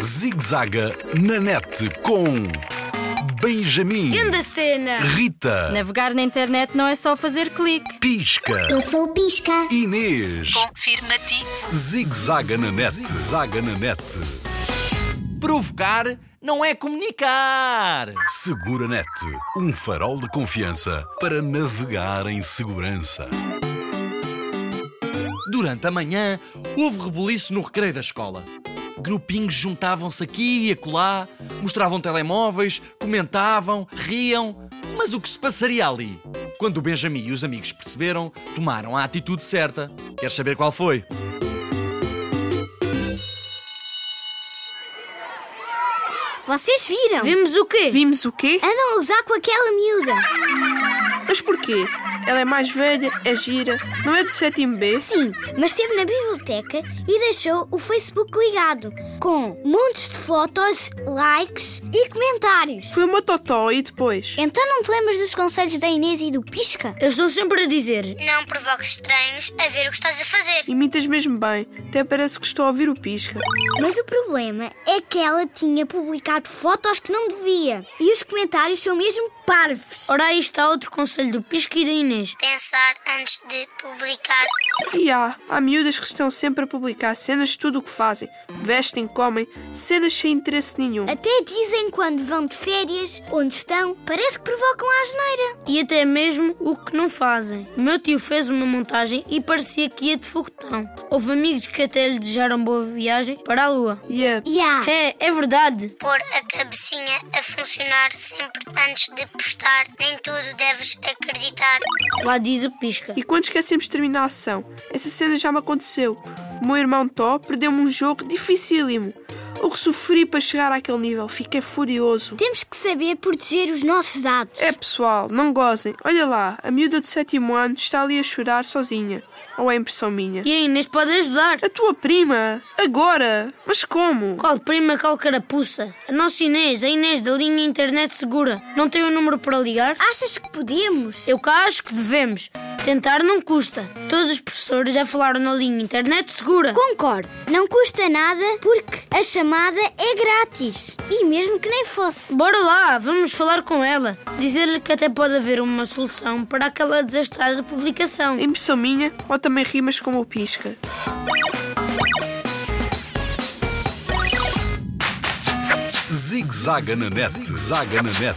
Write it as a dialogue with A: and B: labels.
A: Zigzaga na net com Benjamin,
B: Grande cena!
A: Rita,
C: Navegar na internet não é só fazer clique.
A: Pisca,
D: Eu sou o Pisca.
A: Inês.
E: Confirmativo.
A: Zigzaga na net, zaga na net.
F: Provocar não é comunicar.
A: Segura net, um farol de confiança para navegar em segurança.
F: Durante a manhã, houve rebuliço no recreio da escola. Grupinhos juntavam-se aqui e acolá, mostravam telemóveis, comentavam, riam. Mas o que se passaria ali? Quando o Benjamin e os amigos perceberam, tomaram a atitude certa. Queres saber qual foi?
D: Vocês viram?
B: Vimos o quê?
G: Vimos o quê?
D: Andam a usar com aquela miúda.
G: Mas porquê? Ela é mais velha, é gira, não é do sétimo B?
D: Sim, mas esteve na biblioteca e deixou o Facebook ligado com montes de fotos, likes e comentários.
G: Foi uma totó e depois?
D: Então não te lembras dos conselhos da Inês e do Pisca?
B: Eles estão sempre a dizer.
H: Não provoques estranhos a ver o que estás a fazer.
G: Imitas mesmo bem, até parece que estou a ouvir o pisca.
D: Mas o problema é que ela tinha publicado fotos que não devia e os comentários são mesmo parvos.
B: Ora, aí está outro conselho do Pisca e da Inês.
H: Pensar antes de publicar.
G: E há, há miúdas que estão sempre a publicar cenas de tudo o que fazem, vestem, comem, cenas sem interesse nenhum.
D: Até dizem quando vão de férias, onde estão, parece que provocam a asneira.
B: E até mesmo o que não fazem. O meu tio fez uma montagem e parecia que ia de foguetão. Houve amigos que até lhe desejaram boa viagem para a lua.
G: E é,
D: E há.
B: É, é verdade.
H: Pôr a cabecinha a funcionar sempre antes de postar. Nem tudo deves acreditar.
B: Lá diz o Pisca.
G: e quando esquecemos de terminar a ação? Essa cena já me aconteceu. O meu irmão Tó perdeu-me um jogo dificílimo. O que sofri para chegar àquele nível, fiquei furioso.
D: Temos que saber proteger os nossos dados.
G: É pessoal, não gozem. Olha lá, a miúda do sétimo ano está ali a chorar sozinha. Ou é impressão minha?
B: E a Inês pode ajudar.
G: A tua prima? Agora? Mas como?
B: Qual prima, qual carapuça? A nossa Inês, a Inês da linha Internet Segura. Não tem o número para ligar?
D: Achas que podemos?
B: Eu cá acho que devemos. Tentar não custa. Todos os professores já falaram na linha Internet Segura.
D: Concordo. Não custa nada porque a chamada é grátis. E mesmo que nem fosse.
B: Bora lá, vamos falar com ela. Dizer-lhe que até pode haver uma solução para aquela desastrada publicação.
G: A impressão minha? Ou também rimas como o pisca?
A: Zigzaga na net, zaga na net.